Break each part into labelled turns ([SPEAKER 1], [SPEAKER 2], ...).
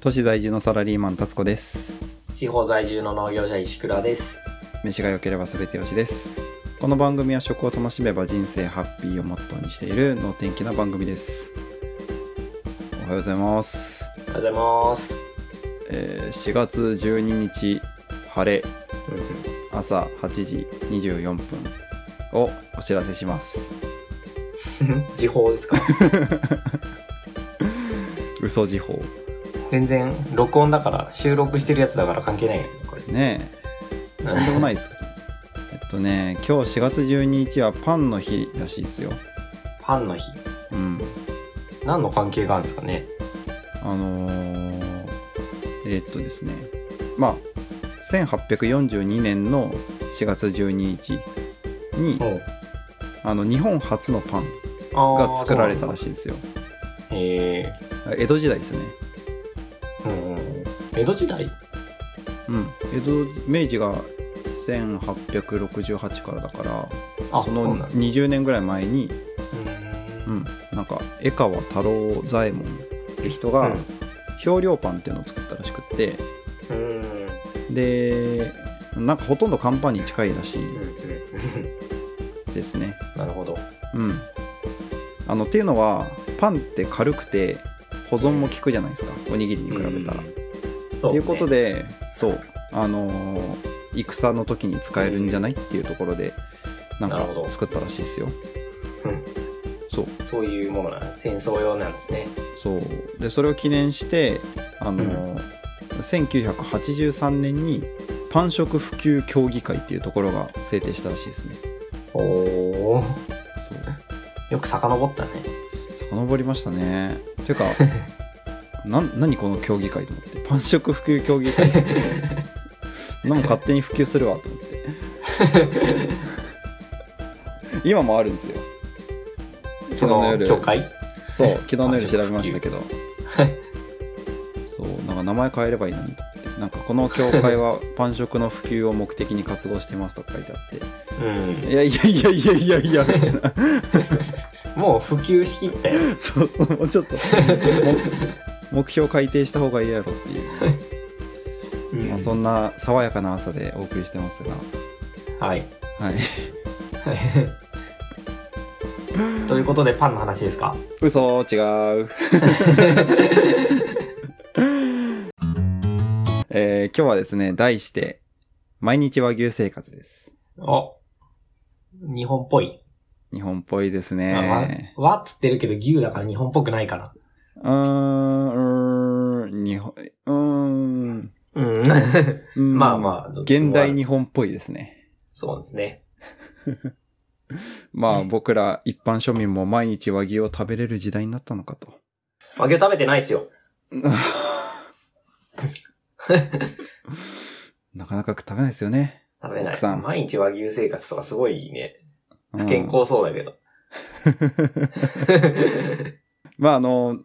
[SPEAKER 1] 都市在住のサラリーマン達子です
[SPEAKER 2] 地方在住の農業者石倉です。
[SPEAKER 1] 飯が良ければ全てよしですこの番組は食を楽しめば人生ハッピーをモットーにしている能天気な番組ですおはようございます、
[SPEAKER 2] おはようございます。
[SPEAKER 1] えー4月12日晴れ朝8時24分をお知らせします
[SPEAKER 2] 時報ですか
[SPEAKER 1] 嘘時報
[SPEAKER 2] 全然録音だから収録してるやつだから関係ないよねこれ。
[SPEAKER 1] ねえとんでもないですえっとね今日4月12日はパンの日らしいですよ
[SPEAKER 2] ファンの日。
[SPEAKER 1] うん
[SPEAKER 2] 何の関係があるんですかね
[SPEAKER 1] あのーえーっとですねまあ1842年の4月12日に
[SPEAKER 2] もう
[SPEAKER 1] あの日本初のパン
[SPEAKER 2] あー
[SPEAKER 1] が作られたら
[SPEAKER 2] そ
[SPEAKER 1] しいんですよ
[SPEAKER 2] うなんだへえ
[SPEAKER 1] 江戸時代ですね
[SPEAKER 2] うんうんうん。江戸時代
[SPEAKER 1] うん江戸明治が1868からだから
[SPEAKER 2] あ、
[SPEAKER 1] そ
[SPEAKER 2] そう
[SPEAKER 1] の
[SPEAKER 2] なんだ。
[SPEAKER 1] 20年ぐらい前に
[SPEAKER 2] う
[SPEAKER 1] うんんなんか江川太郎左衛門って人
[SPEAKER 2] う
[SPEAKER 1] が
[SPEAKER 2] ん
[SPEAKER 1] 氷涼パンっていうのを作ったらしくって
[SPEAKER 2] うんうん
[SPEAKER 1] でなんかほとんど乾パンに近いらし
[SPEAKER 2] う
[SPEAKER 1] い
[SPEAKER 2] んうん
[SPEAKER 1] ですね
[SPEAKER 2] なるほど。
[SPEAKER 1] うん、あのっていうのはパンって軽くて保存も効くじゃないですかおにぎりに比べたら。
[SPEAKER 2] ん
[SPEAKER 1] と、いうこと
[SPEAKER 2] で。
[SPEAKER 1] でそうあのー戦の時に使えるんじゃないっていうところでなん
[SPEAKER 2] な
[SPEAKER 1] か
[SPEAKER 2] るほど
[SPEAKER 1] 作ったらしいですよ。
[SPEAKER 2] うん
[SPEAKER 1] そう
[SPEAKER 2] そういうものなんです戦争用なんですね。
[SPEAKER 1] そうでそれを記念してあのー1983年にパン食普及協議会っていうところが制定したらしいですね。
[SPEAKER 2] おお。
[SPEAKER 1] そう
[SPEAKER 2] よく遡ったね。
[SPEAKER 1] 遡りましたねていう かなん何この競技会と思ってパン食普及競技 会なんか勝手に普及するわと思って 今もあるんですよ
[SPEAKER 2] そ
[SPEAKER 1] 昨日の
[SPEAKER 2] の
[SPEAKER 1] 夜
[SPEAKER 2] 教会
[SPEAKER 1] そう昨日の夜調べましたけどそうなんか名前変えればいいのにと思ってなんかこの協会はパン食の普及を目的に活動してますとか書いてあっ
[SPEAKER 2] うん。
[SPEAKER 1] ていやいやいやいやいやい やみたいな
[SPEAKER 2] もう普及しきったよ。
[SPEAKER 1] そうそうもうち ょっとも目標改定した方がいいやろっていうまあ、そんな爽やかな朝でお送りしてますが、
[SPEAKER 2] はい。
[SPEAKER 1] はい、
[SPEAKER 2] ということで、パンの話で すか
[SPEAKER 1] 嘘違うえー今日はですね題して「毎日和牛生活」です
[SPEAKER 2] お、日本っぽい。
[SPEAKER 1] 日本っぽいです
[SPEAKER 2] あ
[SPEAKER 1] ね
[SPEAKER 2] わ、わっつってるけど、牛だから日本っぽくないかな。
[SPEAKER 1] うーんうーん日本うーん
[SPEAKER 2] うん。
[SPEAKER 1] うーん
[SPEAKER 2] まあまあ、どっちも
[SPEAKER 1] 現代。日本っぽいですね
[SPEAKER 2] そうですね。
[SPEAKER 1] まあ僕ら一般庶民も毎日和牛を食べれる時代になったのかと
[SPEAKER 2] 和牛食べてないですよ。
[SPEAKER 1] なかなか食べないですよね
[SPEAKER 2] 食べない
[SPEAKER 1] 奥さ。ん
[SPEAKER 2] 毎日和牛生活とかすごいね。
[SPEAKER 1] うん
[SPEAKER 2] 不健康そうだけ ど。
[SPEAKER 1] まああの、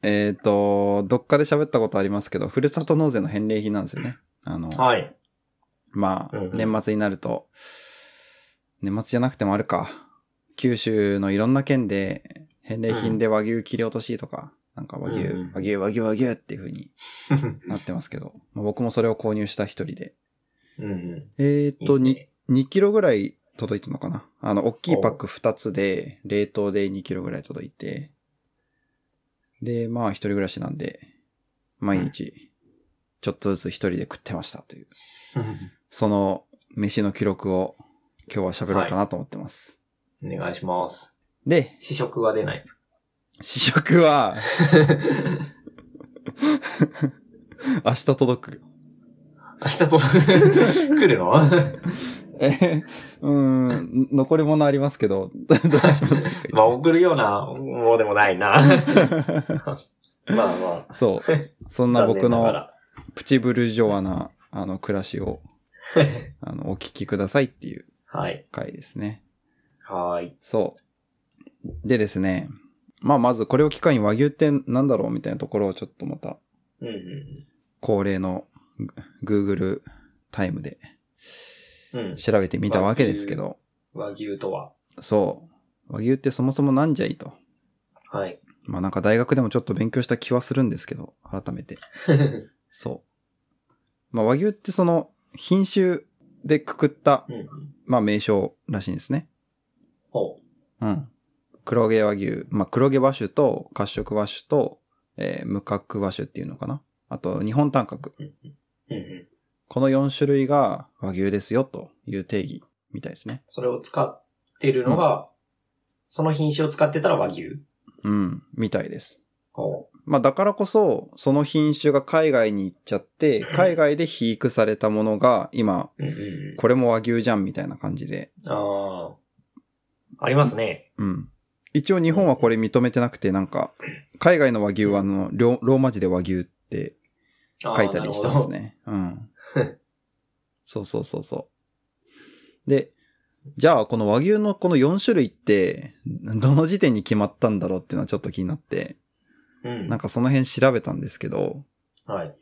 [SPEAKER 1] えっ、と、どっかで喋ったことありますけど、ふるさと納税の返礼品なんですよね。あの、
[SPEAKER 2] はい。
[SPEAKER 1] まあ、
[SPEAKER 2] うんうん
[SPEAKER 1] 年末になると、年末じゃなくてもあるか。九州のいろんな県で、返礼品で和牛切り落としとか、なんか和牛、
[SPEAKER 2] うんうん
[SPEAKER 1] 和牛、和牛、和牛っていう風になってますけど、まあ僕もそれを購入した一人で。
[SPEAKER 2] うんうん。
[SPEAKER 1] えっ、と、
[SPEAKER 2] いい
[SPEAKER 1] に
[SPEAKER 2] ね
[SPEAKER 1] 2キロぐらい届いたのかなあの、大きいパック2つで、冷凍で2キロぐらい届いて、で、まあ、一人暮らしなんで、毎日、ちょっとずつ一人で食ってましたという、その、飯の記録を、今日は喋ろうかなと思ってます。
[SPEAKER 2] お願いします。
[SPEAKER 1] で、
[SPEAKER 2] 試食は出ないですか
[SPEAKER 1] 試食 は、明日届く。
[SPEAKER 2] 明日 と、来るの
[SPEAKER 1] え、うん、残り物ありますけど、どうします か
[SPEAKER 2] まあ、送るようなものでもな いな。まあまあ。
[SPEAKER 1] そう。そんな僕
[SPEAKER 2] 残念が
[SPEAKER 1] の
[SPEAKER 2] ら
[SPEAKER 1] プチブルジョワな、あの、暮らしを、あの、お聞きくださいっていう
[SPEAKER 2] はい。
[SPEAKER 1] 回ですね。
[SPEAKER 2] はーい。
[SPEAKER 1] そう。でですね、まあ、まずこれを機会に和牛ってなんだろうみたいなところをちょっとまた、
[SPEAKER 2] うんうん
[SPEAKER 1] 恒例のグ Google タイムで
[SPEAKER 2] うん。うん。
[SPEAKER 1] 調べてみたわけですけど、
[SPEAKER 2] 和牛とは。
[SPEAKER 1] そう。和牛ってそもそもなんじゃいと。
[SPEAKER 2] はい。
[SPEAKER 1] まあなんか大学でもちょっと勉強した気はするんですけど、改めて。そう。まあ和牛ってその品種でくくった、
[SPEAKER 2] うんうん。
[SPEAKER 1] まあ名称らしいんですね。
[SPEAKER 2] ほ
[SPEAKER 1] うん。黒毛和牛、まあ、黒毛和種と、褐色和種と、えー無角和種っていうのかな。あと、日本単角。
[SPEAKER 2] う。うんうん。
[SPEAKER 1] この4種類が和牛ですよという定義みたいですね。
[SPEAKER 2] それを使ってるのが、その品種を使ってたら和牛
[SPEAKER 1] うん、みたいです。
[SPEAKER 2] ほ
[SPEAKER 1] まあ、だからこそ、その品種が海外に行っちゃって、海外で肥育されたものが、今、
[SPEAKER 2] う。うんうんうん。
[SPEAKER 1] これも和牛じゃんみたいな感じで。
[SPEAKER 2] ああ。ありますね。
[SPEAKER 1] うん。一応日本はこれ認めてなくて、なんか、海外の和牛はあの、ロローマ字で和牛って
[SPEAKER 2] あー
[SPEAKER 1] 書いたりしたんです。ね。うん。 そうそうそうそう。で、じゃあこの和牛のこの4種類って、どの時点に決まったんだろうっていうのはちょっと気になって、
[SPEAKER 2] なるほどうん。
[SPEAKER 1] なんかその辺調べたんですけど、
[SPEAKER 2] はい。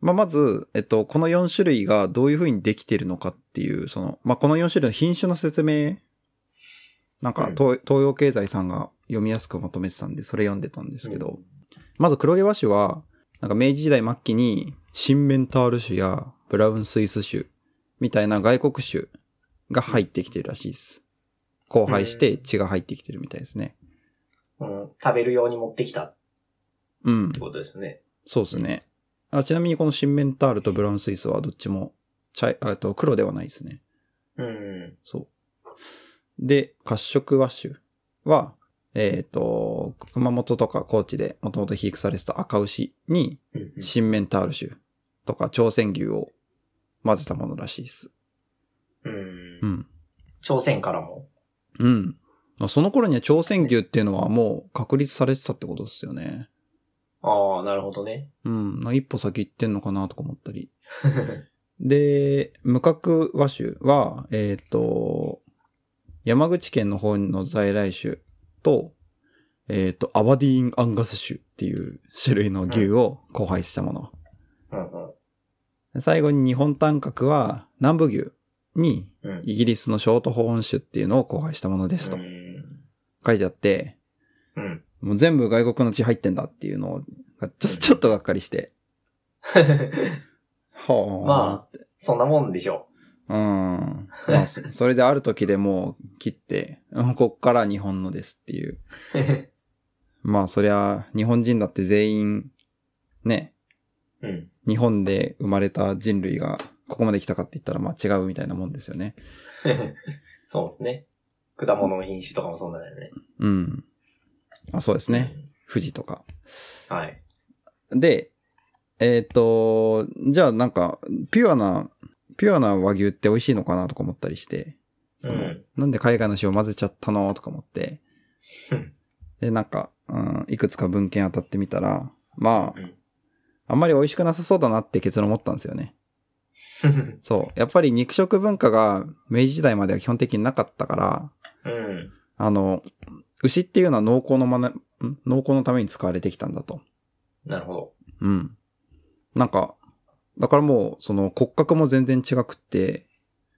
[SPEAKER 1] まあ、まず、えっと、この4種類がどういう風にできてるのかっていう、その、まあ、この4種類の品種の説明、なんか
[SPEAKER 2] うん
[SPEAKER 1] 東,、東洋経済さんが読みやすくまとめてたんで、それ読んでたんですけど、まず黒毛和種は、なんか明治時代末期に、シンメンタール種やブラウンスイス種みたいな外国種が入ってきてるらしいです。交配して血が入ってきてるみたいですね。
[SPEAKER 2] うん。食べるように持ってきたっ
[SPEAKER 1] うん
[SPEAKER 2] て。ことですね。
[SPEAKER 1] そうですね。あちなみにこのシンメンタールとブラウンスイスはどっちも茶い、あと黒ではないですね。
[SPEAKER 2] うんう
[SPEAKER 1] そう。で、褐色和種は、えっ、と、熊本とか高知でもともと飼育されてた赤牛に
[SPEAKER 2] ん。うんうん
[SPEAKER 1] シンメンタール種とか朝鮮牛を混ぜたものらしいです。
[SPEAKER 2] うん
[SPEAKER 1] う。ん。
[SPEAKER 2] 朝鮮からも。
[SPEAKER 1] うん。その頃には朝鮮牛っていうのはもう確立されてたってことですよね。
[SPEAKER 2] ああ、なるほどね。
[SPEAKER 1] うん。一歩先行ってんのかなとか思ったり。で、無角和種は、えっ、と、山口県の方の在来種と、えっ、と、アバディーン・アンガス種っていう種類の牛を交配したもの。
[SPEAKER 2] うんうん。
[SPEAKER 1] 最後に日本単角は南部牛に
[SPEAKER 2] うん。
[SPEAKER 1] イギリスのショートホーン種っていうのを交配したものですと
[SPEAKER 2] うん
[SPEAKER 1] 書いてあって、
[SPEAKER 2] うん。
[SPEAKER 1] もう全部外国の血入ってんだっていうのがちょちょっとがっかりして。はあ。
[SPEAKER 2] まあそんなもんでしょ
[SPEAKER 1] うん。まあ、そ それである時でもう切って、うんこっから日本のですっていう。
[SPEAKER 2] う。
[SPEAKER 1] まあ、そりゃ、日本人だって全員、ね、
[SPEAKER 2] うん。
[SPEAKER 1] 日本で生まれた人類がここまで来たかって言ったら、まあ違うみたいなもんですよね。
[SPEAKER 2] そうですね。果物の品種とかもそうなんだよね。
[SPEAKER 1] うん。あ、そうですね。富士とか。
[SPEAKER 2] うん。はい。
[SPEAKER 1] で、えっ、と、じゃあなんか、ピュアな、ピュアな和牛って美味しいのかなとか思ったりして、その
[SPEAKER 2] うん
[SPEAKER 1] なんで海外の塩混ぜちゃったのとか思って
[SPEAKER 2] うん、
[SPEAKER 1] で、なんか、うん、いくつか文献当たってみたら、ま
[SPEAKER 2] うん
[SPEAKER 1] あ、あんまり美味しくなさそうだなって結論持ったんですよね。そう。やっぱり肉食文化が明治時代までは基本的になかったから、
[SPEAKER 2] うん。
[SPEAKER 1] あの、牛っていうのは濃厚のまね、ん濃厚のために使われてきたんだと。
[SPEAKER 2] なるほど。
[SPEAKER 1] うん。なんか、だからもう、その骨格も全然違くって、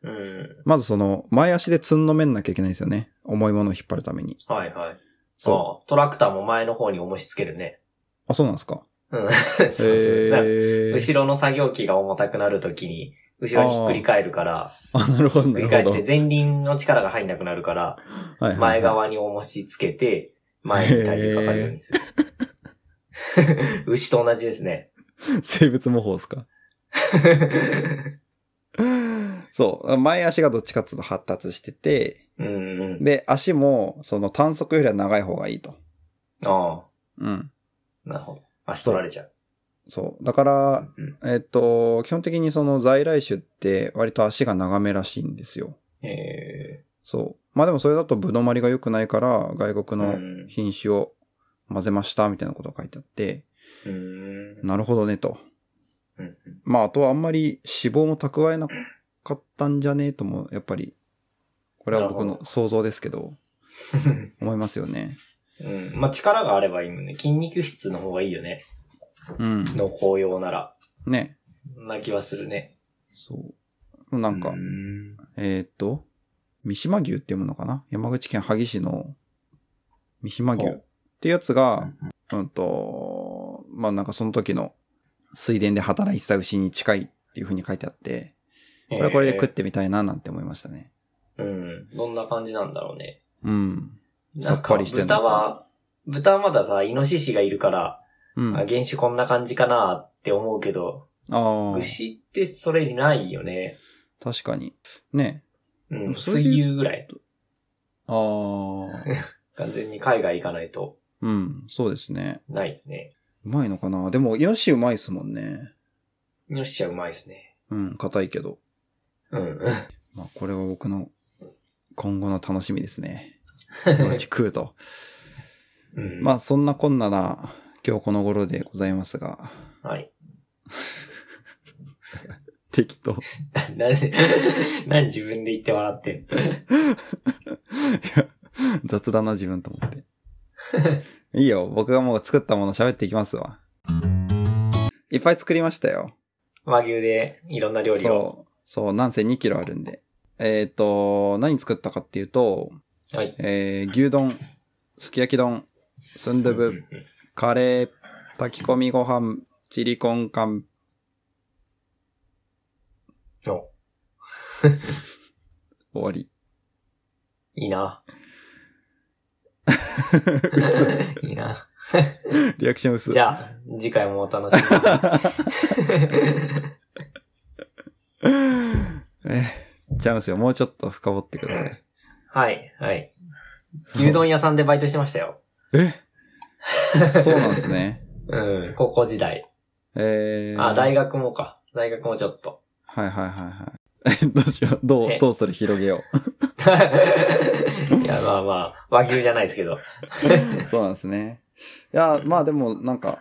[SPEAKER 2] うん。
[SPEAKER 1] まずその、前足でつんのめんなきゃいけないんですよね。重いものを引っ張るために。
[SPEAKER 2] はいはい。
[SPEAKER 1] そう。
[SPEAKER 2] そう。トラクターも前の方に重しつけるね。
[SPEAKER 1] あ、そうなんですか。
[SPEAKER 2] うん。そうそう
[SPEAKER 1] へ
[SPEAKER 2] だから
[SPEAKER 1] ー
[SPEAKER 2] 後ろの作業機が重たくなるときに、後ろにひっくり返るから、
[SPEAKER 1] あ、なるほど、
[SPEAKER 2] ひっく
[SPEAKER 1] な
[SPEAKER 2] り
[SPEAKER 1] る
[SPEAKER 2] 返っ
[SPEAKER 1] ほど
[SPEAKER 2] て。前輪の力が入んなくなるから、
[SPEAKER 1] はいはいはい
[SPEAKER 2] 前。側に重しつけて、前に体重かかるようにする。牛と同じですね。
[SPEAKER 1] 生物模倣ですか。そう。前足がどっちかっていうと発達してて、
[SPEAKER 2] うんうん。
[SPEAKER 1] で、足も、その短足よりは長い方がいいと。
[SPEAKER 2] あ
[SPEAKER 1] うん。
[SPEAKER 2] あ、なるほど。足取られちゃう。
[SPEAKER 1] そう。だから、
[SPEAKER 2] うん
[SPEAKER 1] えっと、基本的にその在来種って割と足が長めらしいんですよ。
[SPEAKER 2] え
[SPEAKER 1] そう。まあでもそれだとぶどまりが良くないから、外
[SPEAKER 2] ー
[SPEAKER 1] 国
[SPEAKER 2] う
[SPEAKER 1] の
[SPEAKER 2] ん
[SPEAKER 1] 品種を混ぜましたみたいなことが書いてあって、
[SPEAKER 2] うん。
[SPEAKER 1] なるほどねと。
[SPEAKER 2] うん
[SPEAKER 1] まああとはあんまり脂肪も蓄えなかったんじゃねえとも、やっぱり、これは僕
[SPEAKER 2] なるほ
[SPEAKER 1] の想像ですけど、思いますよね。
[SPEAKER 2] うん。まあ、力があればいいもんね。筋肉質の方がいいよね。
[SPEAKER 1] うん。
[SPEAKER 2] の紅葉なら。
[SPEAKER 1] ね。
[SPEAKER 2] そんな気はするね。
[SPEAKER 1] そう。なんか、
[SPEAKER 2] うん
[SPEAKER 1] えーっと、三島牛って読むのかな山口県萩市の三島牛
[SPEAKER 2] ほう
[SPEAKER 1] ってやつが、うんと、まあなんかその時の水田で働いてた牛に近いっていう風に書いてあって、こ
[SPEAKER 2] こ
[SPEAKER 1] れはこれで食ってみたいななんて思いましたね。
[SPEAKER 2] うん。どんな感じなんだろうね。
[SPEAKER 1] うん。
[SPEAKER 2] な
[SPEAKER 1] さ
[SPEAKER 2] ん
[SPEAKER 1] っ
[SPEAKER 2] か、
[SPEAKER 1] ぱりしてんのか
[SPEAKER 2] 豚は、豚はまださ、イノシシがいるから、
[SPEAKER 1] うん。
[SPEAKER 2] あ
[SPEAKER 1] あ
[SPEAKER 2] 原種こんな感じかなって思うけど、
[SPEAKER 1] あ、
[SPEAKER 2] 牛ってそれにないよね。
[SPEAKER 1] 確かに。ね。
[SPEAKER 2] うん。
[SPEAKER 1] それ
[SPEAKER 2] 水
[SPEAKER 1] で
[SPEAKER 2] 牛ぐらい。
[SPEAKER 1] ああ、
[SPEAKER 2] 完全に海外行かないと、
[SPEAKER 1] うん、そうですね。
[SPEAKER 2] ないですね。
[SPEAKER 1] うまいのかなでも、イノシシうまいっすもんね。
[SPEAKER 2] イノシシはうまいですね。
[SPEAKER 1] うん、硬いけど。
[SPEAKER 2] うん。
[SPEAKER 1] まあ、これは僕の今後の楽しみですね。そのうち食うと。
[SPEAKER 2] うん。
[SPEAKER 1] まあ、そんなこんなな、今日この頃でございますが、
[SPEAKER 2] はい。
[SPEAKER 1] 適当。い
[SPEAKER 2] な、何自分で言って笑ってん
[SPEAKER 1] や、雑だな、自分と思 って。いいよ、僕がもう作ったもの喋っていきますわ。いっぱい作りましたよ。
[SPEAKER 2] 和牛でいろんな料理を。
[SPEAKER 1] そう。そう、なんせ2キロあるんで。えっ、と、何作ったかっていうと、
[SPEAKER 2] はい。
[SPEAKER 1] えー牛丼、すき焼き丼、スンドゥ
[SPEAKER 2] うん
[SPEAKER 1] ブ、カレー、炊き込みご飯、チリコンカン。
[SPEAKER 2] うんお
[SPEAKER 1] 終わり。
[SPEAKER 2] いいな。 いいな。
[SPEAKER 1] リアクション薄い
[SPEAKER 2] じ。ゃあ、次回もお楽しみ
[SPEAKER 1] えー、ちゃいますよ。もうちょっと深掘ってくださ
[SPEAKER 2] に
[SPEAKER 1] い。。
[SPEAKER 2] はい、はい。牛丼屋さんでバイトしてましたよ。
[SPEAKER 1] そうなんですね。
[SPEAKER 2] うん、高校時代。
[SPEAKER 1] えー、
[SPEAKER 2] あ、大学もか。大学もちょっと。
[SPEAKER 1] はいはいはいはい。え どうしよう。どう
[SPEAKER 2] え、
[SPEAKER 1] どうそれ広げよ
[SPEAKER 2] いや、まあまあ、和牛じゃないですけど。
[SPEAKER 1] う。 そうなんですね。いや、まあでもなんか、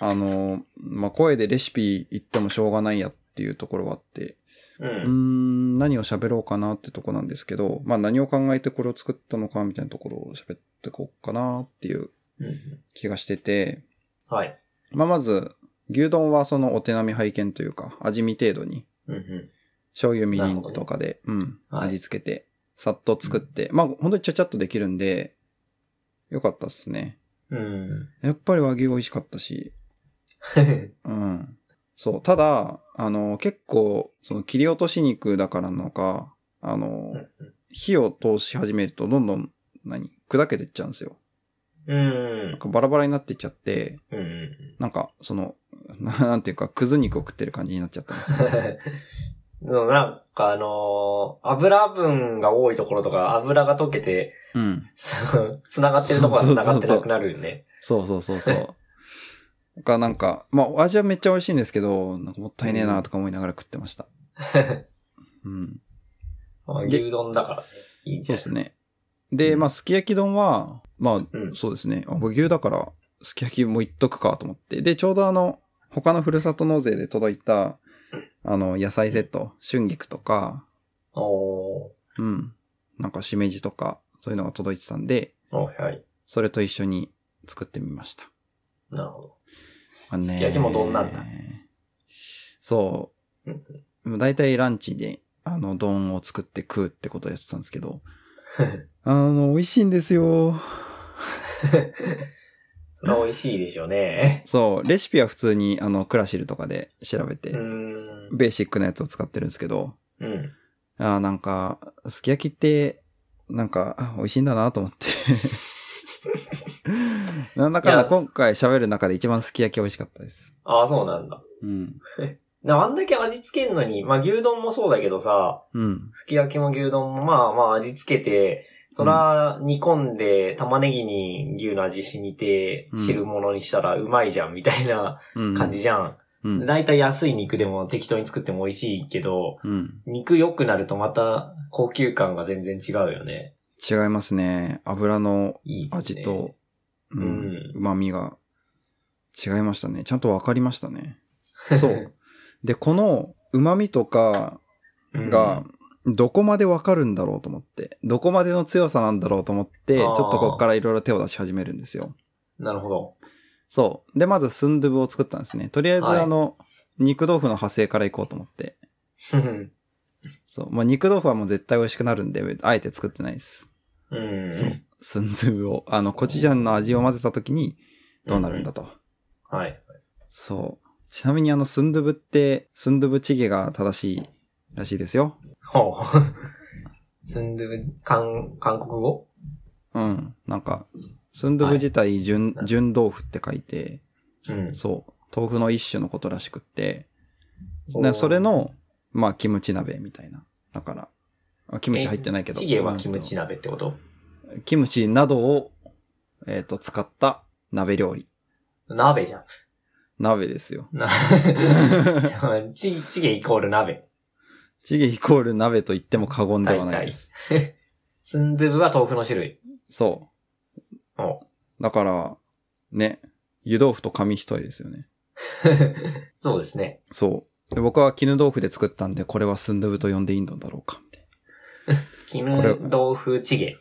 [SPEAKER 1] あのー、まあ声でレシピ言ってもしょうがないやっていうところはあって、う
[SPEAKER 2] う
[SPEAKER 1] ー
[SPEAKER 2] ん。
[SPEAKER 1] ん、何を喋ろうかなってとこなんですけど、まあ何を考えてこれを作ったのかみたいなところを喋ってこうかなっていう
[SPEAKER 2] うん
[SPEAKER 1] 気がしてて、
[SPEAKER 2] はい。
[SPEAKER 1] まあまず、牛丼はそのお手並み拝見というか、味見程度に、
[SPEAKER 2] うんう
[SPEAKER 1] 醤油、みり
[SPEAKER 2] なる
[SPEAKER 1] ん
[SPEAKER 2] ほどね
[SPEAKER 1] とかで、うん、
[SPEAKER 2] はい
[SPEAKER 1] 味付けて、さっと作って、まあ本当にちゃちゃっとできるんで、よかったっすね。
[SPEAKER 2] ん。うん。
[SPEAKER 1] やっぱり和牛美味しかったし、うん。そう。ただ、あの、結構、その切り落とし肉だからなのか、あの、火を通し始めるとどんどん、何砕けてっちゃうんですよ。
[SPEAKER 2] うん
[SPEAKER 1] なん。かバラバラになってっちゃって、
[SPEAKER 2] うんうん。
[SPEAKER 1] なんか、その、 ななんていうか、くず肉を食ってる感じになっちゃったん ですよ。
[SPEAKER 2] でもなんかあのー油分が多いところとか、油が溶けて、
[SPEAKER 1] うん。
[SPEAKER 2] その繋がってるところは繋がってなくなるよね。
[SPEAKER 1] そうそうそうそう。がなんか、まあ、お味はめっちゃ美味しいんですけど、なんかもったいねえなとか思いながら食ってま した。うん。
[SPEAKER 2] まあ牛丼だからね。いいんじ
[SPEAKER 1] そ
[SPEAKER 2] ゃ
[SPEAKER 1] う
[SPEAKER 2] な
[SPEAKER 1] で
[SPEAKER 2] い
[SPEAKER 1] すね。で、まあ、すき焼き丼は、まあ、
[SPEAKER 2] うん
[SPEAKER 1] そうですね。あ、僕牛だから、すき焼きもいっとくかと思って。で、ちょうどあの、他のふるさと納税で届いた、あの、野菜セット、春菊とか、
[SPEAKER 2] お
[SPEAKER 1] うん。なんかしめじとか、そういうのが届いてたんで、
[SPEAKER 2] ーおはい。
[SPEAKER 1] それと一緒に作ってみました。
[SPEAKER 2] なるほど。
[SPEAKER 1] あのね
[SPEAKER 2] すき焼きも丼なんだ。
[SPEAKER 1] そううんでも大体ランチで、あの、丼を作って食うってことをやってたんですけ ど、あの、美味しいんですよ。
[SPEAKER 2] それは美味しいでしょ うね。
[SPEAKER 1] そう、レシピは普通に、あの、クラシルとかで調べて
[SPEAKER 2] うー、ん。
[SPEAKER 1] ベーシックなやつを使ってるんですけど、
[SPEAKER 2] うん。
[SPEAKER 1] あーなんか、すき焼きって、なんか、あ美味しいんだなと思 って。なんだかん
[SPEAKER 2] い
[SPEAKER 1] だ
[SPEAKER 2] や
[SPEAKER 1] 今回喋る中で一番すき焼き美味しかったです。
[SPEAKER 2] ああ、そうなんだ。
[SPEAKER 1] うん。
[SPEAKER 2] でもあんだけ味付けんのに、まあ牛丼もそうだけどさ、
[SPEAKER 1] うん。
[SPEAKER 2] すき焼きも牛丼もまあまあ味付けて、そら煮込んで玉ねぎに牛の味しみて
[SPEAKER 1] うん
[SPEAKER 2] 汁物にしたらうまいじゃんみたいな
[SPEAKER 1] うん。
[SPEAKER 2] 感じじゃん。
[SPEAKER 1] うん。
[SPEAKER 2] だいたい安い肉でも適当に作っても美味しいけど、
[SPEAKER 1] うん。
[SPEAKER 2] 肉良くなるとまた高級感が全然違うよね。
[SPEAKER 1] 違いますね。油の
[SPEAKER 2] いいですね。
[SPEAKER 1] 味と、う
[SPEAKER 2] うん
[SPEAKER 1] ん、旨味が違いましたね。ちゃんと分かりました ね。そう。で、この旨味とか
[SPEAKER 2] うん
[SPEAKER 1] が、どこまで分かるんだろうと思って、どこまでの強さなんだろうと思って、ち
[SPEAKER 2] あ
[SPEAKER 1] ょ
[SPEAKER 2] ー
[SPEAKER 1] っとここからいろいろ手を出し始めるんですよ。
[SPEAKER 2] なるほど。
[SPEAKER 1] そう。で、まずスンドゥブを作ったんですね。とりあえず、
[SPEAKER 2] はい
[SPEAKER 1] あの、肉豆腐の派生からいこうと思って。
[SPEAKER 2] うん。
[SPEAKER 1] そう。まあ、肉豆腐はもう絶対美味しくなるんで、あえて作ってないです。
[SPEAKER 2] うん。
[SPEAKER 1] そうスンズブを、あの、コチュジャンの味を混ぜた時に どうなるんだと。
[SPEAKER 2] うんはい。
[SPEAKER 1] そう。ちなみにあの、スンドゥブって、スンドゥブチゲが正しいらしいですよ。
[SPEAKER 2] ほう。 スンドゥブ、韓、韓国語
[SPEAKER 1] うん。なんか、スンドゥブ自体純、純豆腐って書いて、
[SPEAKER 2] うん。
[SPEAKER 1] そう。豆腐の一種のことらしくって、
[SPEAKER 2] おー
[SPEAKER 1] なそれの、まあ、キムチ鍋みたいな。だから、あキムチ入ってないけど。
[SPEAKER 2] チゲはキムチ鍋ってこと
[SPEAKER 1] うんキムチなどを、えっ、と、使った鍋料理。
[SPEAKER 2] 鍋じゃん。
[SPEAKER 1] 鍋ですよ。
[SPEAKER 2] なチチゲイコール鍋。
[SPEAKER 1] チゲイコール鍋と言っても過言ではないです。
[SPEAKER 2] スンドゥブは豆腐の種類。
[SPEAKER 1] そ
[SPEAKER 2] お
[SPEAKER 1] う。だから、ね、湯豆腐と紙一重ですよね。
[SPEAKER 2] そうですね。
[SPEAKER 1] そう。で僕は絹豆腐で作ったんで、これはスンドゥブと呼んでいいんだろうか。みたいな
[SPEAKER 2] 絹
[SPEAKER 1] これ
[SPEAKER 2] 豆腐チゲ。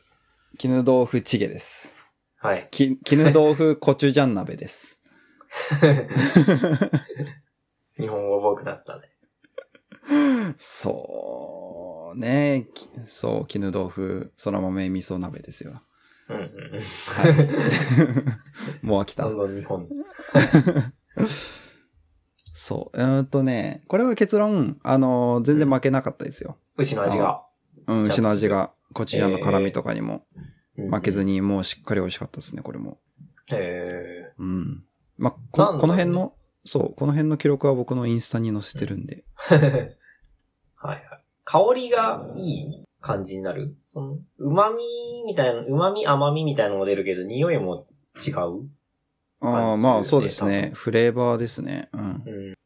[SPEAKER 1] 絹豆腐チゲです。
[SPEAKER 2] はい。
[SPEAKER 1] き絹豆腐コチュジャン鍋です。
[SPEAKER 2] 日本語僕だったね。
[SPEAKER 1] そうね。きそう、絹豆腐、そら豆味噌鍋です よ。
[SPEAKER 2] うんうんうん。
[SPEAKER 1] もう飽きた
[SPEAKER 2] どん。どん日本。
[SPEAKER 1] そう。うーんとね、これは結論、あのー全然負けなかったですよ。
[SPEAKER 2] 牛の味が。
[SPEAKER 1] うん、
[SPEAKER 2] ちゃんと
[SPEAKER 1] 牛の味が、コチュジャンの辛味とかにも負けず
[SPEAKER 2] に。
[SPEAKER 1] に、もうしっかり美味しかったですね、これも。
[SPEAKER 2] え
[SPEAKER 1] うん。まあ、
[SPEAKER 2] なんだろ
[SPEAKER 1] こ
[SPEAKER 2] うね
[SPEAKER 1] この辺の、そう、この辺の記録は僕のインスタに載せてるんで。
[SPEAKER 2] ー はいはい。香りがいい感じになるその、旨味みたいな、旨味甘みみたいなのも出るけど、匂いも
[SPEAKER 1] ああ、
[SPEAKER 2] 違う感じするよね
[SPEAKER 1] まあそうです
[SPEAKER 2] 多
[SPEAKER 1] ね。
[SPEAKER 2] 分
[SPEAKER 1] フレーバーですね。うん。
[SPEAKER 2] うん。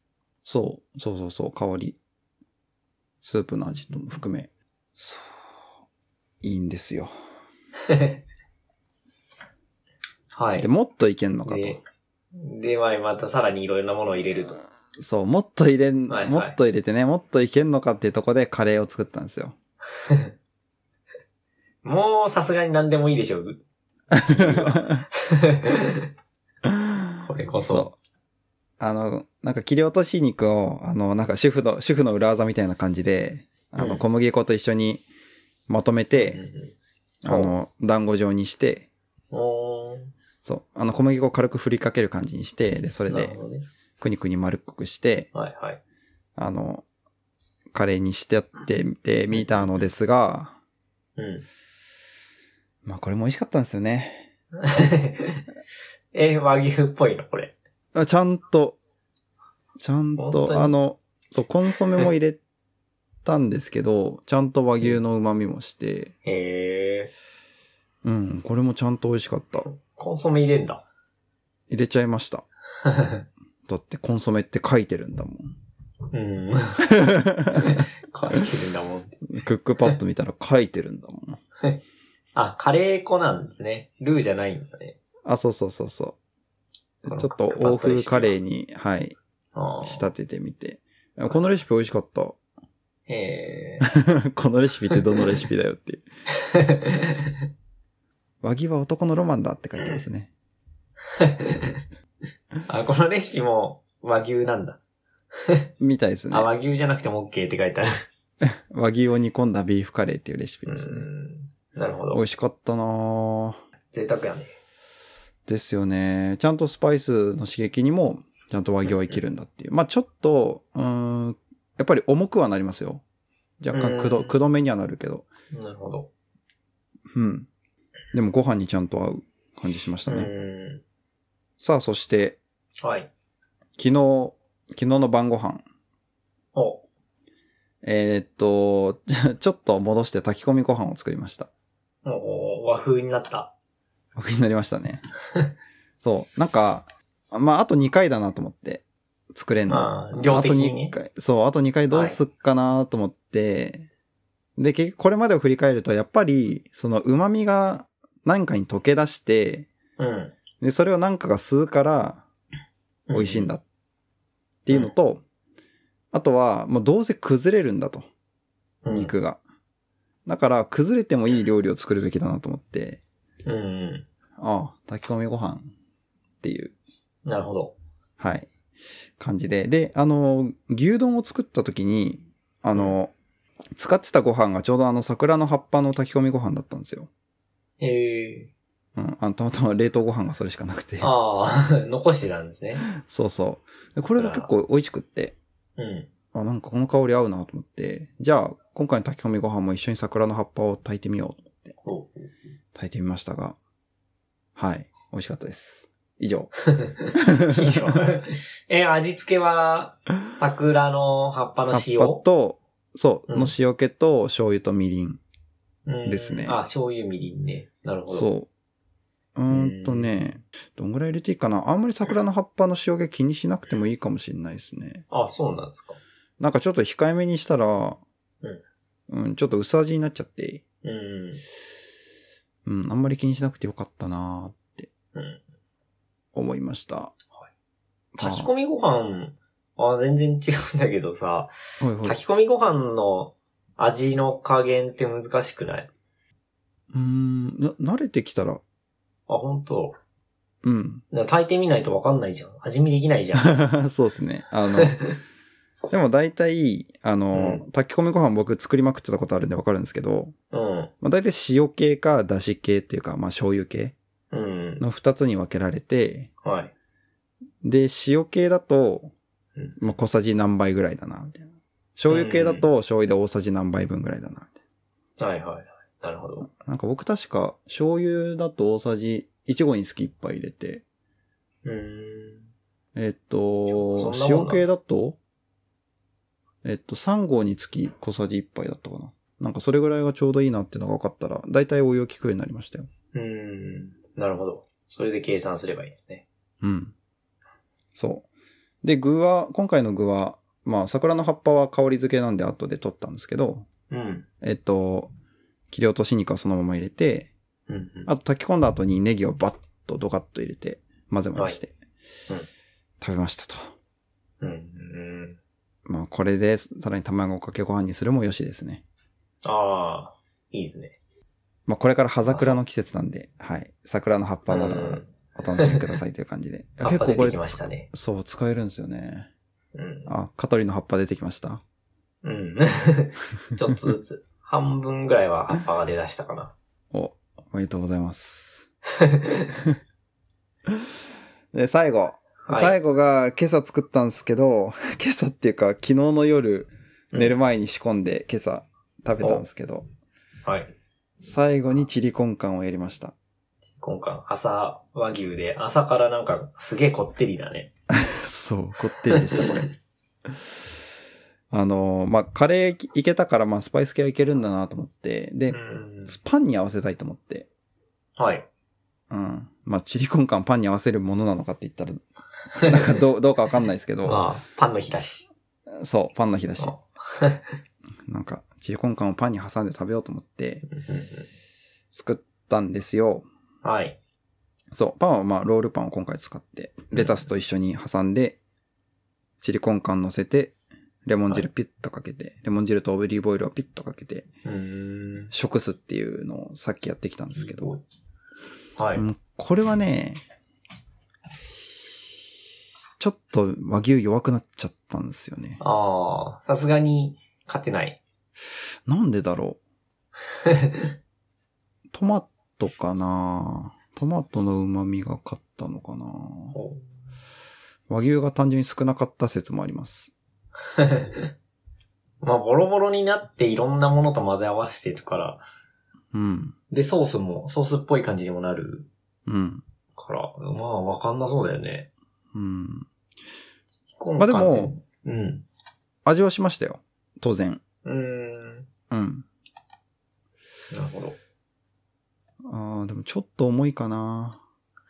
[SPEAKER 1] そう、そうそうそう、香り。スープの味とも含め。そう。いいんですよ。
[SPEAKER 2] はい。
[SPEAKER 1] で、もっといけんのか
[SPEAKER 2] で
[SPEAKER 1] と。、
[SPEAKER 2] で、まあ、またさらにいろいろなものを入れると。
[SPEAKER 1] そう、もっと入れん、
[SPEAKER 2] はいはい
[SPEAKER 1] もっと入れてね、もっといけんのかっていうとこでカレーを作ったんですよ。
[SPEAKER 2] もう、さすがに何でもいいでしょう。 これこそ。
[SPEAKER 1] う。あの、なんか切り落とし肉を、あの、なんか主婦の、主婦の裏技みたいな感じで、あ
[SPEAKER 2] う
[SPEAKER 1] の、
[SPEAKER 2] ん
[SPEAKER 1] 小麦粉と一緒にまとめ
[SPEAKER 2] うんう
[SPEAKER 1] て、
[SPEAKER 2] ん
[SPEAKER 1] あの、団子状にして、
[SPEAKER 2] おー
[SPEAKER 1] そう、あの、小麦粉を軽く振りかける感じにして、で、それ
[SPEAKER 2] なる
[SPEAKER 1] で、
[SPEAKER 2] ほどね。
[SPEAKER 1] くにくに丸っこくして、
[SPEAKER 2] はいはい。
[SPEAKER 1] あの、カレーにしてやってみてみたのですが、
[SPEAKER 2] うん。
[SPEAKER 1] まあ、これも美味しかったんですよね。
[SPEAKER 2] え、和牛っぽいの、これ。
[SPEAKER 1] あちゃんと、ちゃん
[SPEAKER 2] 本当に
[SPEAKER 1] と、あの、そう、コンソメも入れたんですけど、ちゃんと和牛の旨味もして、
[SPEAKER 2] へえ。
[SPEAKER 1] うん、これもちゃんと美味しかった。
[SPEAKER 2] コンソメ入れん だ。
[SPEAKER 1] 入れちゃいました。だってコンソメって書いてるんだも ん。
[SPEAKER 2] うん。書いてるんだもん。
[SPEAKER 1] クックパッド見たら書いてるんだもん。
[SPEAKER 2] あ、カレー粉なんですね。ルーじゃないんだね。
[SPEAKER 1] あ、そうそうそうそう
[SPEAKER 2] こ。の
[SPEAKER 1] ちょっ
[SPEAKER 2] クッ
[SPEAKER 1] と
[SPEAKER 2] クパッド
[SPEAKER 1] 欧風カレーに、はい、
[SPEAKER 2] あー
[SPEAKER 1] 仕立ててみて。このレシピ美味しかった。
[SPEAKER 2] へえ。
[SPEAKER 1] このレシピってどのレシピだよっていう。 和牛は男のロマンだって書いてますね。
[SPEAKER 2] あ、このレシピも和牛なんだ。
[SPEAKER 1] みたいですね
[SPEAKER 2] あ、。和牛じゃなくても OK って書いてある。
[SPEAKER 1] 和牛を煮込んだビーフカレーっていうレシピですね。
[SPEAKER 2] うんなるほ
[SPEAKER 1] 美
[SPEAKER 2] ど
[SPEAKER 1] 味。しかったなぁ。
[SPEAKER 2] 贅沢やね。
[SPEAKER 1] ですよね。ちゃんとスパイスの刺激にも、ちゃんと和牛は生きるんだっていう。まあちょっと、うーん、やっぱり重くはなりますよ。若
[SPEAKER 2] うん
[SPEAKER 1] 干くど、くどめにはなるけど。
[SPEAKER 2] なるほど。
[SPEAKER 1] うん。でもご飯にちゃんと合う感じしましたね。
[SPEAKER 2] う
[SPEAKER 1] さあ、そして、
[SPEAKER 2] ん。はい。
[SPEAKER 1] 昨日、昨日の晩ご飯。
[SPEAKER 2] お、
[SPEAKER 1] えーっと、 ちょちょっと戻して炊き込みご飯を作りました。
[SPEAKER 2] お和風になった。
[SPEAKER 1] 僕になりました ね。そう。なんか、まあ、あと2回だなと思って、作れんの。
[SPEAKER 2] まあ量的にね
[SPEAKER 1] あと2回、そう、あと2回どうすっかなと思って、で、結局これまでを振り返ると、やっぱり、その旨味が何かに溶け出して、
[SPEAKER 2] うん。
[SPEAKER 1] で、それを何かが吸うから、美味しいんだ。っていうのと、あとは、もうどうせ崩れるんだと、
[SPEAKER 2] うん。
[SPEAKER 1] 肉が。だから、崩れてもいい料理を作るべきだなと思って、
[SPEAKER 2] うんう
[SPEAKER 1] ああ、炊き込みご飯っていう
[SPEAKER 2] ん。なるほど。
[SPEAKER 1] はい。感じで。で、あの、牛丼を作った時に、あの、使ってたご飯がちょうどあの桜の葉っぱの炊き込みご飯だったんですよ。
[SPEAKER 2] へえ。
[SPEAKER 1] うん。あの、たまたま冷凍ご飯がそれしかなくて。
[SPEAKER 2] ああ、 残してたんですね。
[SPEAKER 1] そうそう。でこれが結構美味しくって。
[SPEAKER 2] うん。
[SPEAKER 1] あ、なんかこの香り合うなと思って。じゃあ、今回の炊き込みご飯も一緒に桜の葉っぱを炊いてみようと思って。
[SPEAKER 2] こう
[SPEAKER 1] 炊いてみましたが。はい。美味しかったです。以上。
[SPEAKER 2] 以 上 え、味付けは、桜の葉っぱの
[SPEAKER 1] 葉っ
[SPEAKER 2] 塩
[SPEAKER 1] ぱと、そう、
[SPEAKER 2] うん
[SPEAKER 1] の塩気と醤油とみりん。
[SPEAKER 2] うん
[SPEAKER 1] ですね
[SPEAKER 2] あ、醤油みりんね。なるほど。
[SPEAKER 1] そう。うーんとね、どんぐらい入れていいかな。あんまり桜の葉っぱの塩気気にしなくてもいいかもしれないですね。
[SPEAKER 2] あ、そうなんですか。
[SPEAKER 1] なんかちょっと控えめにしたら、うん、ちょっと薄味になっちゃって、
[SPEAKER 2] うん。
[SPEAKER 1] うん、あんまり気にしなくてよかったなーって
[SPEAKER 2] うん。
[SPEAKER 1] 思いました。
[SPEAKER 2] 炊き込みご飯、あ、全然違うんだけどさ、
[SPEAKER 1] ほいほい。
[SPEAKER 2] 炊き込みご飯の味の加減って難しくないう
[SPEAKER 1] ーん、な慣れてきたら、
[SPEAKER 2] あ、本当
[SPEAKER 1] うん。
[SPEAKER 2] だから炊いてみないとわかんないじゃん。味見できないじゃん。
[SPEAKER 1] そうですね。あ の、でも大体、あの、炊き込みご飯僕作りまくってたことあるんでわかるんですけど、
[SPEAKER 2] うん。
[SPEAKER 1] まあ、大体塩系か出汁系っていうか、まあ醤油系
[SPEAKER 2] うん。
[SPEAKER 1] の二つに分けられて、
[SPEAKER 2] はい。
[SPEAKER 1] で、塩系だと
[SPEAKER 2] うん、
[SPEAKER 1] まあ、小さじ何倍ぐらいだな、みたいな。醤油系だと醤油で大さじ何杯分ぐらいだな、みたい
[SPEAKER 2] はいはいはい。なるほど。
[SPEAKER 1] な。なんか僕確か醤油だと大さじ1合につき1杯入れて、
[SPEAKER 2] うーん。
[SPEAKER 1] えっと
[SPEAKER 2] そん、なもん
[SPEAKER 1] 塩
[SPEAKER 2] な
[SPEAKER 1] 系だと、えっと、3合につき小さじ1杯だったかな。なんかそれぐらいがちょうどいいなっていうのが分かったら、だいたい応用効くようになりましたよ。
[SPEAKER 2] うーん。なるほど。それで計算すればいいですね。
[SPEAKER 1] うん。そう。で、具は、今回の具は、まあ、桜の葉っぱは香り付けなんで後で取ったんですけど、
[SPEAKER 2] うん。
[SPEAKER 1] えっと、切り落とし肉はそのまま入れて、
[SPEAKER 2] うん、うん。
[SPEAKER 1] あと炊き込んだ後にネギをバッとドカッと入れて、混ぜ混ぜして、
[SPEAKER 2] はいうん
[SPEAKER 1] 食べましたと。
[SPEAKER 2] うん。うん。
[SPEAKER 1] まあ、これで、さらに卵かけご飯にするもよしですね。
[SPEAKER 2] ああ、いいですね。
[SPEAKER 1] まあ、これから葉桜の季節なんで、はい。桜の葉っぱはまだま
[SPEAKER 2] う
[SPEAKER 1] だ
[SPEAKER 2] ん
[SPEAKER 1] お楽しみくださいという感じで。
[SPEAKER 2] 葉っぱ出てきましたね。
[SPEAKER 1] そう、使えるんですよね。
[SPEAKER 2] うん。
[SPEAKER 1] あ、カトリの葉っぱ出てきました。
[SPEAKER 2] うん。 ちょっとずつ。半分ぐらいは葉っぱが出だしたかな。
[SPEAKER 1] お、おめでとうござい ます。で、最後。
[SPEAKER 2] はい
[SPEAKER 1] 最後が今朝作ったんですけど、 今朝っていうか昨日の夜
[SPEAKER 2] うん
[SPEAKER 1] 寝る前に仕込んで今朝食べたんですけど、
[SPEAKER 2] はい。
[SPEAKER 1] 最後にチリコンカンをやりました。
[SPEAKER 2] 今回、朝和牛で、朝からなんかすげえこってりだね。
[SPEAKER 1] そう、こってりでした、これ。あのー、まあ、カレーいけたから、まあ、スパイス系はいけるんだなと思って、で
[SPEAKER 2] う、ん。
[SPEAKER 1] パンに合わせたいと思って、
[SPEAKER 2] はい。
[SPEAKER 1] うん。まあ、チリコンカンパンに合わせるものなのかって言ったら、なんか どう、どうかわかんないですけど、
[SPEAKER 2] まあ、パンの日だし。
[SPEAKER 1] そう、パンの日だし。
[SPEAKER 2] あ
[SPEAKER 1] なんか、チリコンカンをパンに挟んで食べようと思って
[SPEAKER 2] うんうんうん
[SPEAKER 1] 作ったんですよ。
[SPEAKER 2] はい。
[SPEAKER 1] そう、パンはまあ、ロールパンを今回使って、レタスと一緒に挟んで、チリコンカン乗せて、レモン汁ピュッとかけて、レモン汁とオリーブオイルをピュッとかけて、
[SPEAKER 2] うーん。
[SPEAKER 1] 食すっていうのをさっきやってきたんですけど、
[SPEAKER 2] はい。
[SPEAKER 1] うんこれはね、ちょっと和牛弱くなっちゃったんですよね。
[SPEAKER 2] ああ、さすがに勝てない。
[SPEAKER 1] なんでだろう。トマトかなトマトの旨味が勝ったのかな
[SPEAKER 2] ほ
[SPEAKER 1] 和牛が単純に少なかった説もあります。
[SPEAKER 2] うまあ、ボロボロになっていろんなものと混ぜ合わせてるから、
[SPEAKER 1] うん。
[SPEAKER 2] で、ソースも、ソースっぽい感じにもなる
[SPEAKER 1] うん。
[SPEAKER 2] から、まあ、わかんなそうだよね。
[SPEAKER 1] うん。
[SPEAKER 2] 今
[SPEAKER 1] まあでも
[SPEAKER 2] 回って、うん。
[SPEAKER 1] 味はしましたよ。当然。
[SPEAKER 2] うーん。
[SPEAKER 1] うん。
[SPEAKER 2] なるほど。
[SPEAKER 1] ああ、でもちょっと重いかな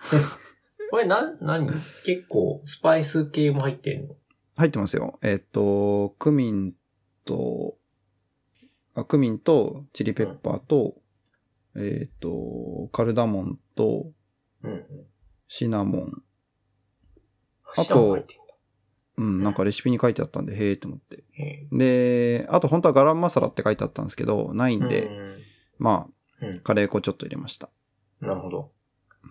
[SPEAKER 2] これな、何結構、スパイス系も入ってんの
[SPEAKER 1] 入ってますよ。えっ、と、クミンと、あ、クミンと、チリペッパーと、えっ、と、カルダモンと、
[SPEAKER 2] うんうん。
[SPEAKER 1] シナモン。と
[SPEAKER 2] 下も入ってんだ
[SPEAKER 1] うん、なんかレシピに書いてあったんで、へえって思って。
[SPEAKER 2] へ
[SPEAKER 1] で、あと本当はガラムマサラって書いてあったんですけど、ない
[SPEAKER 2] え
[SPEAKER 1] んで、
[SPEAKER 2] うん
[SPEAKER 1] まあ、
[SPEAKER 2] うん
[SPEAKER 1] カレー粉ちょっと入れました。
[SPEAKER 2] なるほど。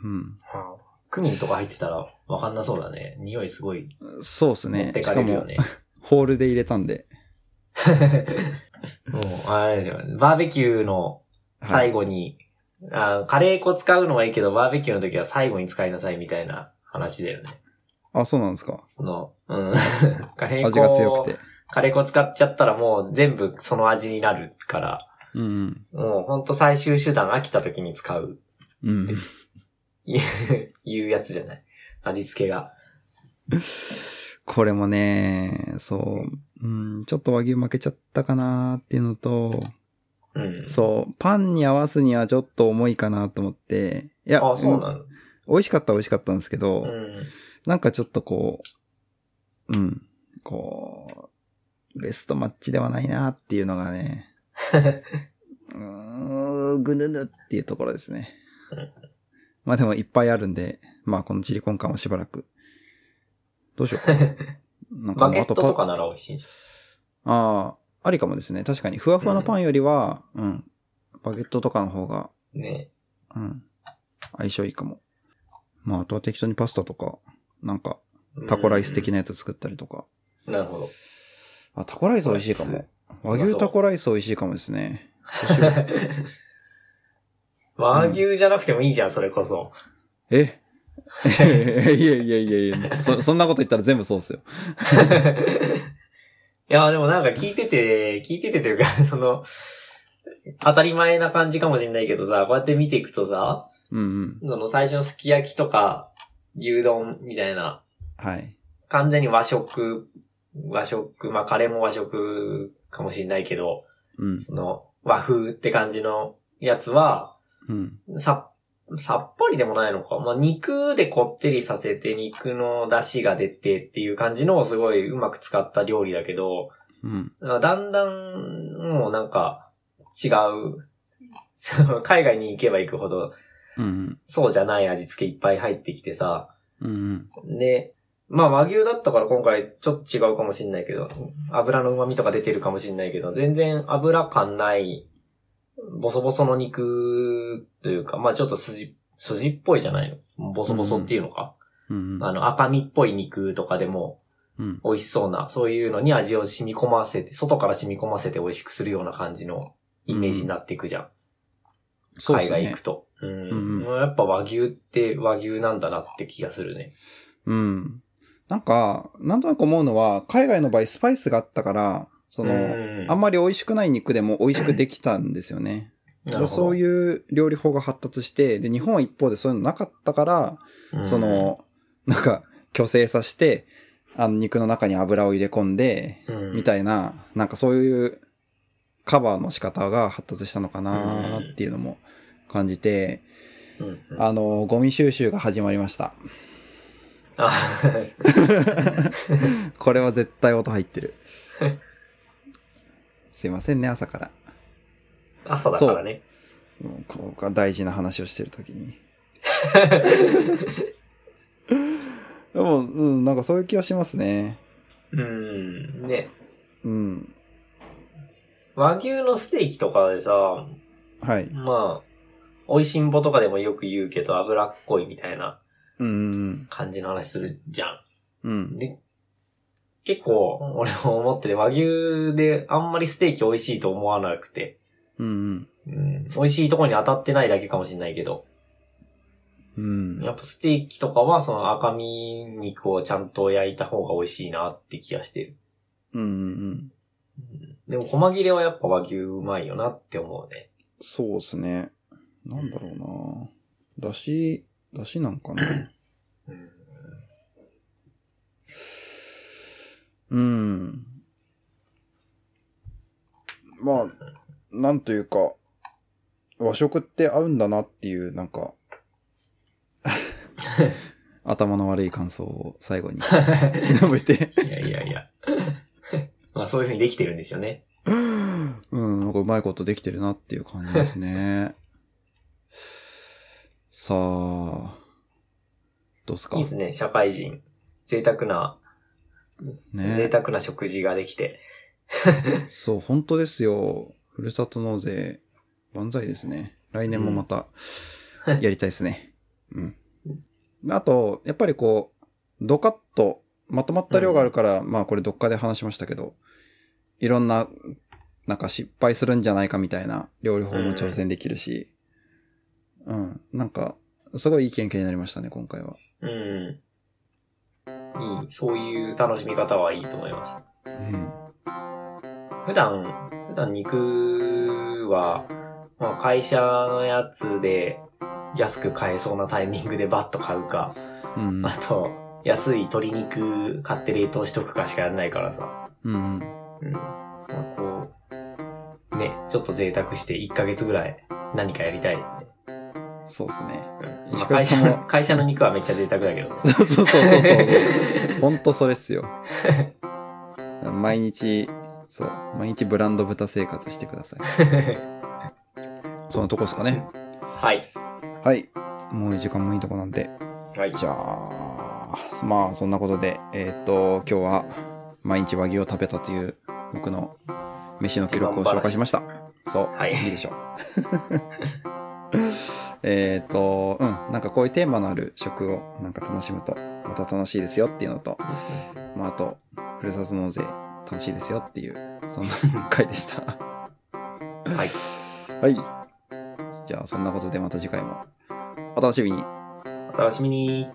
[SPEAKER 1] うん。
[SPEAKER 2] はあクミンとか入ってたら、わかんなそうだね。匂いすごい、
[SPEAKER 1] そうです
[SPEAKER 2] 持っ
[SPEAKER 1] ね。
[SPEAKER 2] て
[SPEAKER 1] し
[SPEAKER 2] か
[SPEAKER 1] か
[SPEAKER 2] れるよ
[SPEAKER 1] も、
[SPEAKER 2] ね。
[SPEAKER 1] ホールで入れたんで。
[SPEAKER 2] もう、あれでしょ。バーベキューの
[SPEAKER 1] はい
[SPEAKER 2] 最後に、あーカレー粉使うのはいいけど、バーベキューの時は最後に使いなさいみたいな話だよね。
[SPEAKER 1] あ、そうなんですか。
[SPEAKER 2] その、 うん。カレー粉
[SPEAKER 1] 味が強くて。
[SPEAKER 2] カレー粉使っちゃったらもう全部その味になるから、
[SPEAKER 1] うんうん。
[SPEAKER 2] もうほんと最終手段飽きた時に使う、
[SPEAKER 1] うん。
[SPEAKER 2] いうやつじゃない。味付けが。
[SPEAKER 1] これもね、そう、うん、ちょっと和牛負けちゃったかなーっていうのと、
[SPEAKER 2] うん。
[SPEAKER 1] そう、パンに合わすにはちょっと重いかなと思って、いや、
[SPEAKER 2] あ、そうな
[SPEAKER 1] うん
[SPEAKER 2] の
[SPEAKER 1] 美味しかったは美味しかったんですけど、
[SPEAKER 2] うん。
[SPEAKER 1] なんかちょっとこう、うん、こう、ベストマッチではないなっていうのが ね、うーん、ぐぬぬっていうところですね
[SPEAKER 2] うん。
[SPEAKER 1] まあでもいっぱいあるんで、まあこのチリコンカンはしばらく。どうしようか な。なん
[SPEAKER 2] バ
[SPEAKER 1] もう
[SPEAKER 2] ゲットと
[SPEAKER 1] パ
[SPEAKER 2] かなら美味しいじ
[SPEAKER 1] ああ、ありかもですね。確かに。ふわふわのパンよりは、うん、バゲットとかの方が、
[SPEAKER 2] ゃん。ね。
[SPEAKER 1] うん。相性いいかも。まあ、あとは適当にパスタとか、なんか、タコライス的なやつ作ったりとか。
[SPEAKER 2] な。なるほど。
[SPEAKER 1] あ、タコライス美味しいかも。和牛タコライス美味しいかもですね。
[SPEAKER 2] 和牛じゃなくてもいいじゃん、それこそ。
[SPEAKER 1] え いやいやいやいやいやそ、そんなこと言ったら全部そうっすよ。
[SPEAKER 2] いや、でもなんか聞いてて、聞いててというか、 その、当たり前な感じかもしれないけどさ、こうやって見ていくとさ、
[SPEAKER 1] うんうん。
[SPEAKER 2] その最初のすき焼きとか、牛丼みたいな、
[SPEAKER 1] はい。
[SPEAKER 2] 完全に和食、和食、まあカレーも和食かもしれないけど、
[SPEAKER 1] うん。
[SPEAKER 2] その和風って感じのやつは、
[SPEAKER 1] うん。
[SPEAKER 2] さ、さっぱりでもないのか。まあ、肉でこってりさせて、肉の出汁が出てっていう感じのをすごいうまく使った料理だけど、
[SPEAKER 1] うん。
[SPEAKER 2] だんだん、もうなんか、違う。 その海外に行けば行くほど、
[SPEAKER 1] うん。
[SPEAKER 2] そうじゃない味付けいっぱい入ってきてさ。
[SPEAKER 1] うん。
[SPEAKER 2] で、まあ和牛だったから今回ちょっと違うかもしんないけど、油の旨味とか出てるかもしんないけど、全然油感ない、ボソボソの肉というか、まあちょっと筋、筋っぽいじゃないのボソボソっていうのか。
[SPEAKER 1] うん。
[SPEAKER 2] あの赤身っぽい肉とかでも、
[SPEAKER 1] うん。
[SPEAKER 2] 美味しそうな、そういうのに味を染み込ませて、外から染み込ませて美味しくするような感じのイメージになっていくじゃん。
[SPEAKER 1] そうで
[SPEAKER 2] 海
[SPEAKER 1] す
[SPEAKER 2] 外行
[SPEAKER 1] ね
[SPEAKER 2] く。と。うん。
[SPEAKER 1] うん
[SPEAKER 2] やっぱ和牛って和牛なんだなって気がするね。
[SPEAKER 1] うん。なんか、なんとなく思うのは、海外の場合スパイスがあったから、その、
[SPEAKER 2] うん、
[SPEAKER 1] あんまり美味しくない肉でも美味しくできたんですよね。だからそう
[SPEAKER 2] う
[SPEAKER 1] いう料理法が発達して、で、日本は一方でそういうのなかったから、
[SPEAKER 2] ん、
[SPEAKER 1] その、なんか、虚勢させて、あの、肉の中に油を入れ込んで、
[SPEAKER 2] うん、
[SPEAKER 1] み
[SPEAKER 2] い
[SPEAKER 1] たいな、なんかそういうカバーの仕方が発達したのかなっていうのも感じて、
[SPEAKER 2] な。うんうん、あ
[SPEAKER 1] あの、ゴミ収集が始まりました。 これは絶対音入ってる。 すいませんね、朝から。
[SPEAKER 2] 朝だからね。
[SPEAKER 1] うんこう大事な話をしてるときに。でも、うん、なんかそういう気はしますね。
[SPEAKER 2] うん。ね。
[SPEAKER 1] うん。
[SPEAKER 2] 和牛のステーキとかでさ、
[SPEAKER 1] はい。
[SPEAKER 2] まあ、美味しんぼとかでもよく言うけど脂っこいみたいな
[SPEAKER 1] うんうん
[SPEAKER 2] 感じの話するじゃん。
[SPEAKER 1] うん。うん。
[SPEAKER 2] で、結構、俺も思ってて、和牛であんまりステーキ美味しいと思わなくて、
[SPEAKER 1] うん
[SPEAKER 2] うん、美味しいとこに当たってないだけかもしれないけど、
[SPEAKER 1] うん。うん。
[SPEAKER 2] やっぱステーキとかはその赤身肉をちゃんと焼いた方が美味しいなって気がしてる。
[SPEAKER 1] うんうん。
[SPEAKER 2] うんでも、細切れはやっぱ和牛うまいよなって思うね。
[SPEAKER 1] そうですね。なんだろうなだし、だしなんかな
[SPEAKER 2] うん、
[SPEAKER 1] うん。まあ、なんというか、和食って合うんだなっていう、なん か、頭の悪い感想を最後に述べて、
[SPEAKER 2] いやいや いや。まあ、そういう風にできてるんでしょうね。
[SPEAKER 1] うん、なんかうまいことできてるなっていう感じです ね。さあ、どうっすか
[SPEAKER 2] いいですね、社会人。贅沢な、贅
[SPEAKER 1] ね
[SPEAKER 2] 沢な食事ができて。
[SPEAKER 1] そう、本当ですよ。ふるさと納税、万歳ですね。来年もまた、やりたいですね。うん。あと、やっぱりこう、ドカッと、まとまった量があるから、まあこれどっかで話しましたけど、いろんな、なんか失敗するんじゃないかみたいな料理法も挑戦できるし、うん。なんか、すごいいい経験になりましたね、今回は。
[SPEAKER 2] うん。いい。そういう楽しみ方はいいと思います。
[SPEAKER 1] うん。
[SPEAKER 2] 普段、普段肉は、まあ、会社のやつで安く買えそうなタイミングでバッと買うか、
[SPEAKER 1] うん
[SPEAKER 2] あ。と、安い鶏肉買って冷凍しとくかしかやんないからさ。
[SPEAKER 1] うん。
[SPEAKER 2] うん。まあ、こう、ね、ちょっと贅沢して1ヶ月ぐらい何かやりたいですね。
[SPEAKER 1] そうですね。
[SPEAKER 2] うんまあ、
[SPEAKER 1] 石川さ
[SPEAKER 2] 会社
[SPEAKER 1] んも
[SPEAKER 2] の、会社の肉はめっちゃ贅沢だけどね。
[SPEAKER 1] そうそうそうそう。ほんとそれっすよ。毎日、そう。毎日ブランド豚生活してください。 そんなとこですかね。
[SPEAKER 2] はい。
[SPEAKER 1] はい。もう時間もいいとこなんで。
[SPEAKER 2] はい。
[SPEAKER 1] じゃあ、まあそんなことで、えーっ、と、今日は毎日和牛を食べたという僕の飯の記録を紹介しました。そう、
[SPEAKER 2] はい
[SPEAKER 1] い、いでしょう。 えっと、うん、なんかこういうテーマのある食をなんか楽しむと、また楽しいですよっていうのと、まああと、ふるさと納税楽しいですよっていう、そんな回でした。
[SPEAKER 2] はい。
[SPEAKER 1] はい。じゃあそんなことでまた次回もお楽しみに。
[SPEAKER 2] お楽しみに。